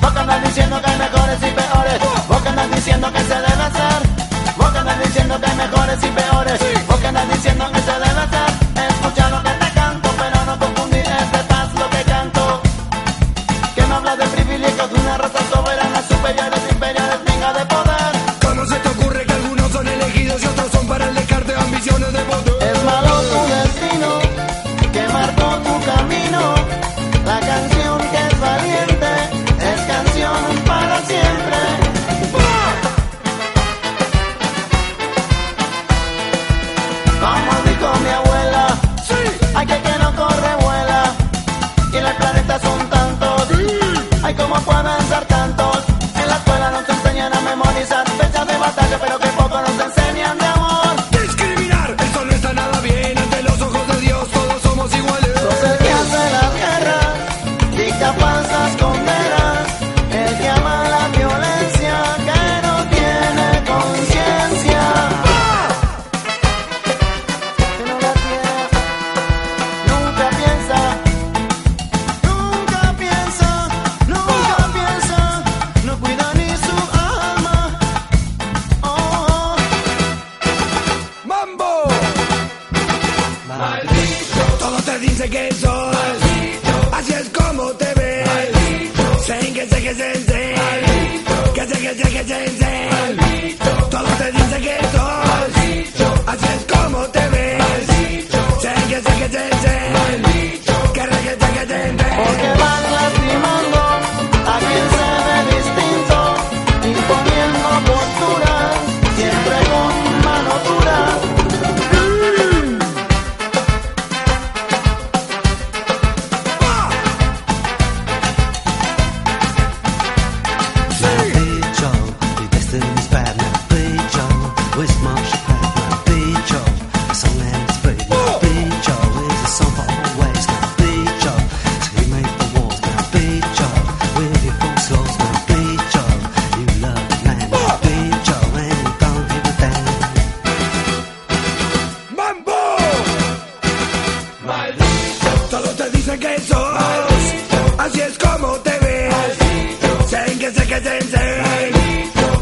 Vos que andas diciendo que hay mejores y peores. Vos que andas diciendo que se debe hacer. Vos que andas diciendo que hay mejores y peores. Vos que andas diciendo que se debe hacer. Escucha lo que te canto, pero no confundir este paz lo que canto. Que no habla de privilegios de una raza soberana, superiores, inferiores, venga de poder. ¿Cómo se te ocurre que algunos son elegidos y otros son para el descarte de ambiciones de poder? Es malo tu destino, que marcó tu camino. La canción que es valiente, es canción para siempre. Como dijo mi abuela, hay que que no corre vuela. Y los planetas son tantos, hay como pueden ser tantos. En la escuela nos enseñan a memorizar fechas de batalla, pero que poco nos enseñan de amor. Discriminar, esto no está nada bien. Ante los ojos de Dios todos somos iguales. Sos el que hace la guerra, dicta paz las condenas, el que ama la violencia, que no tiene conciencia. Que no la tiene, nunca piensa, nunca piensa, nunca piensa, no cuida ni su alma. Oh, oh. ¡Mambo! Todos te dicen que soy Así es como te ves Sen que se que se se Que se que se que se se Todos te dicen que soy Así es como te ves Sen que se que se se Que re que se que se se Porque van lastimando a quien se ve distinto, imponiendo posturas, siempre con mano dura. ¡Mambo! Todos te dicen que sos Así es como te ves Sen que se que se se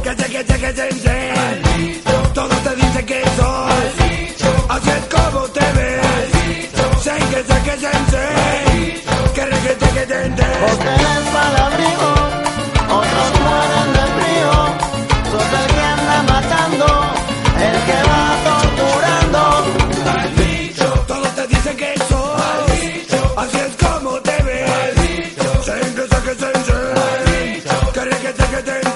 Que se que se que se se Todos te dicen que sos Así es como te ves Sen que se que se se Que re que se que se se Porque les palabrigo, otros mueren de frío. Sos el que anda matando, el que va torturando. Todos te dicen que sos Así es como te ves Sen que se que se se Que re que se que se Oh, se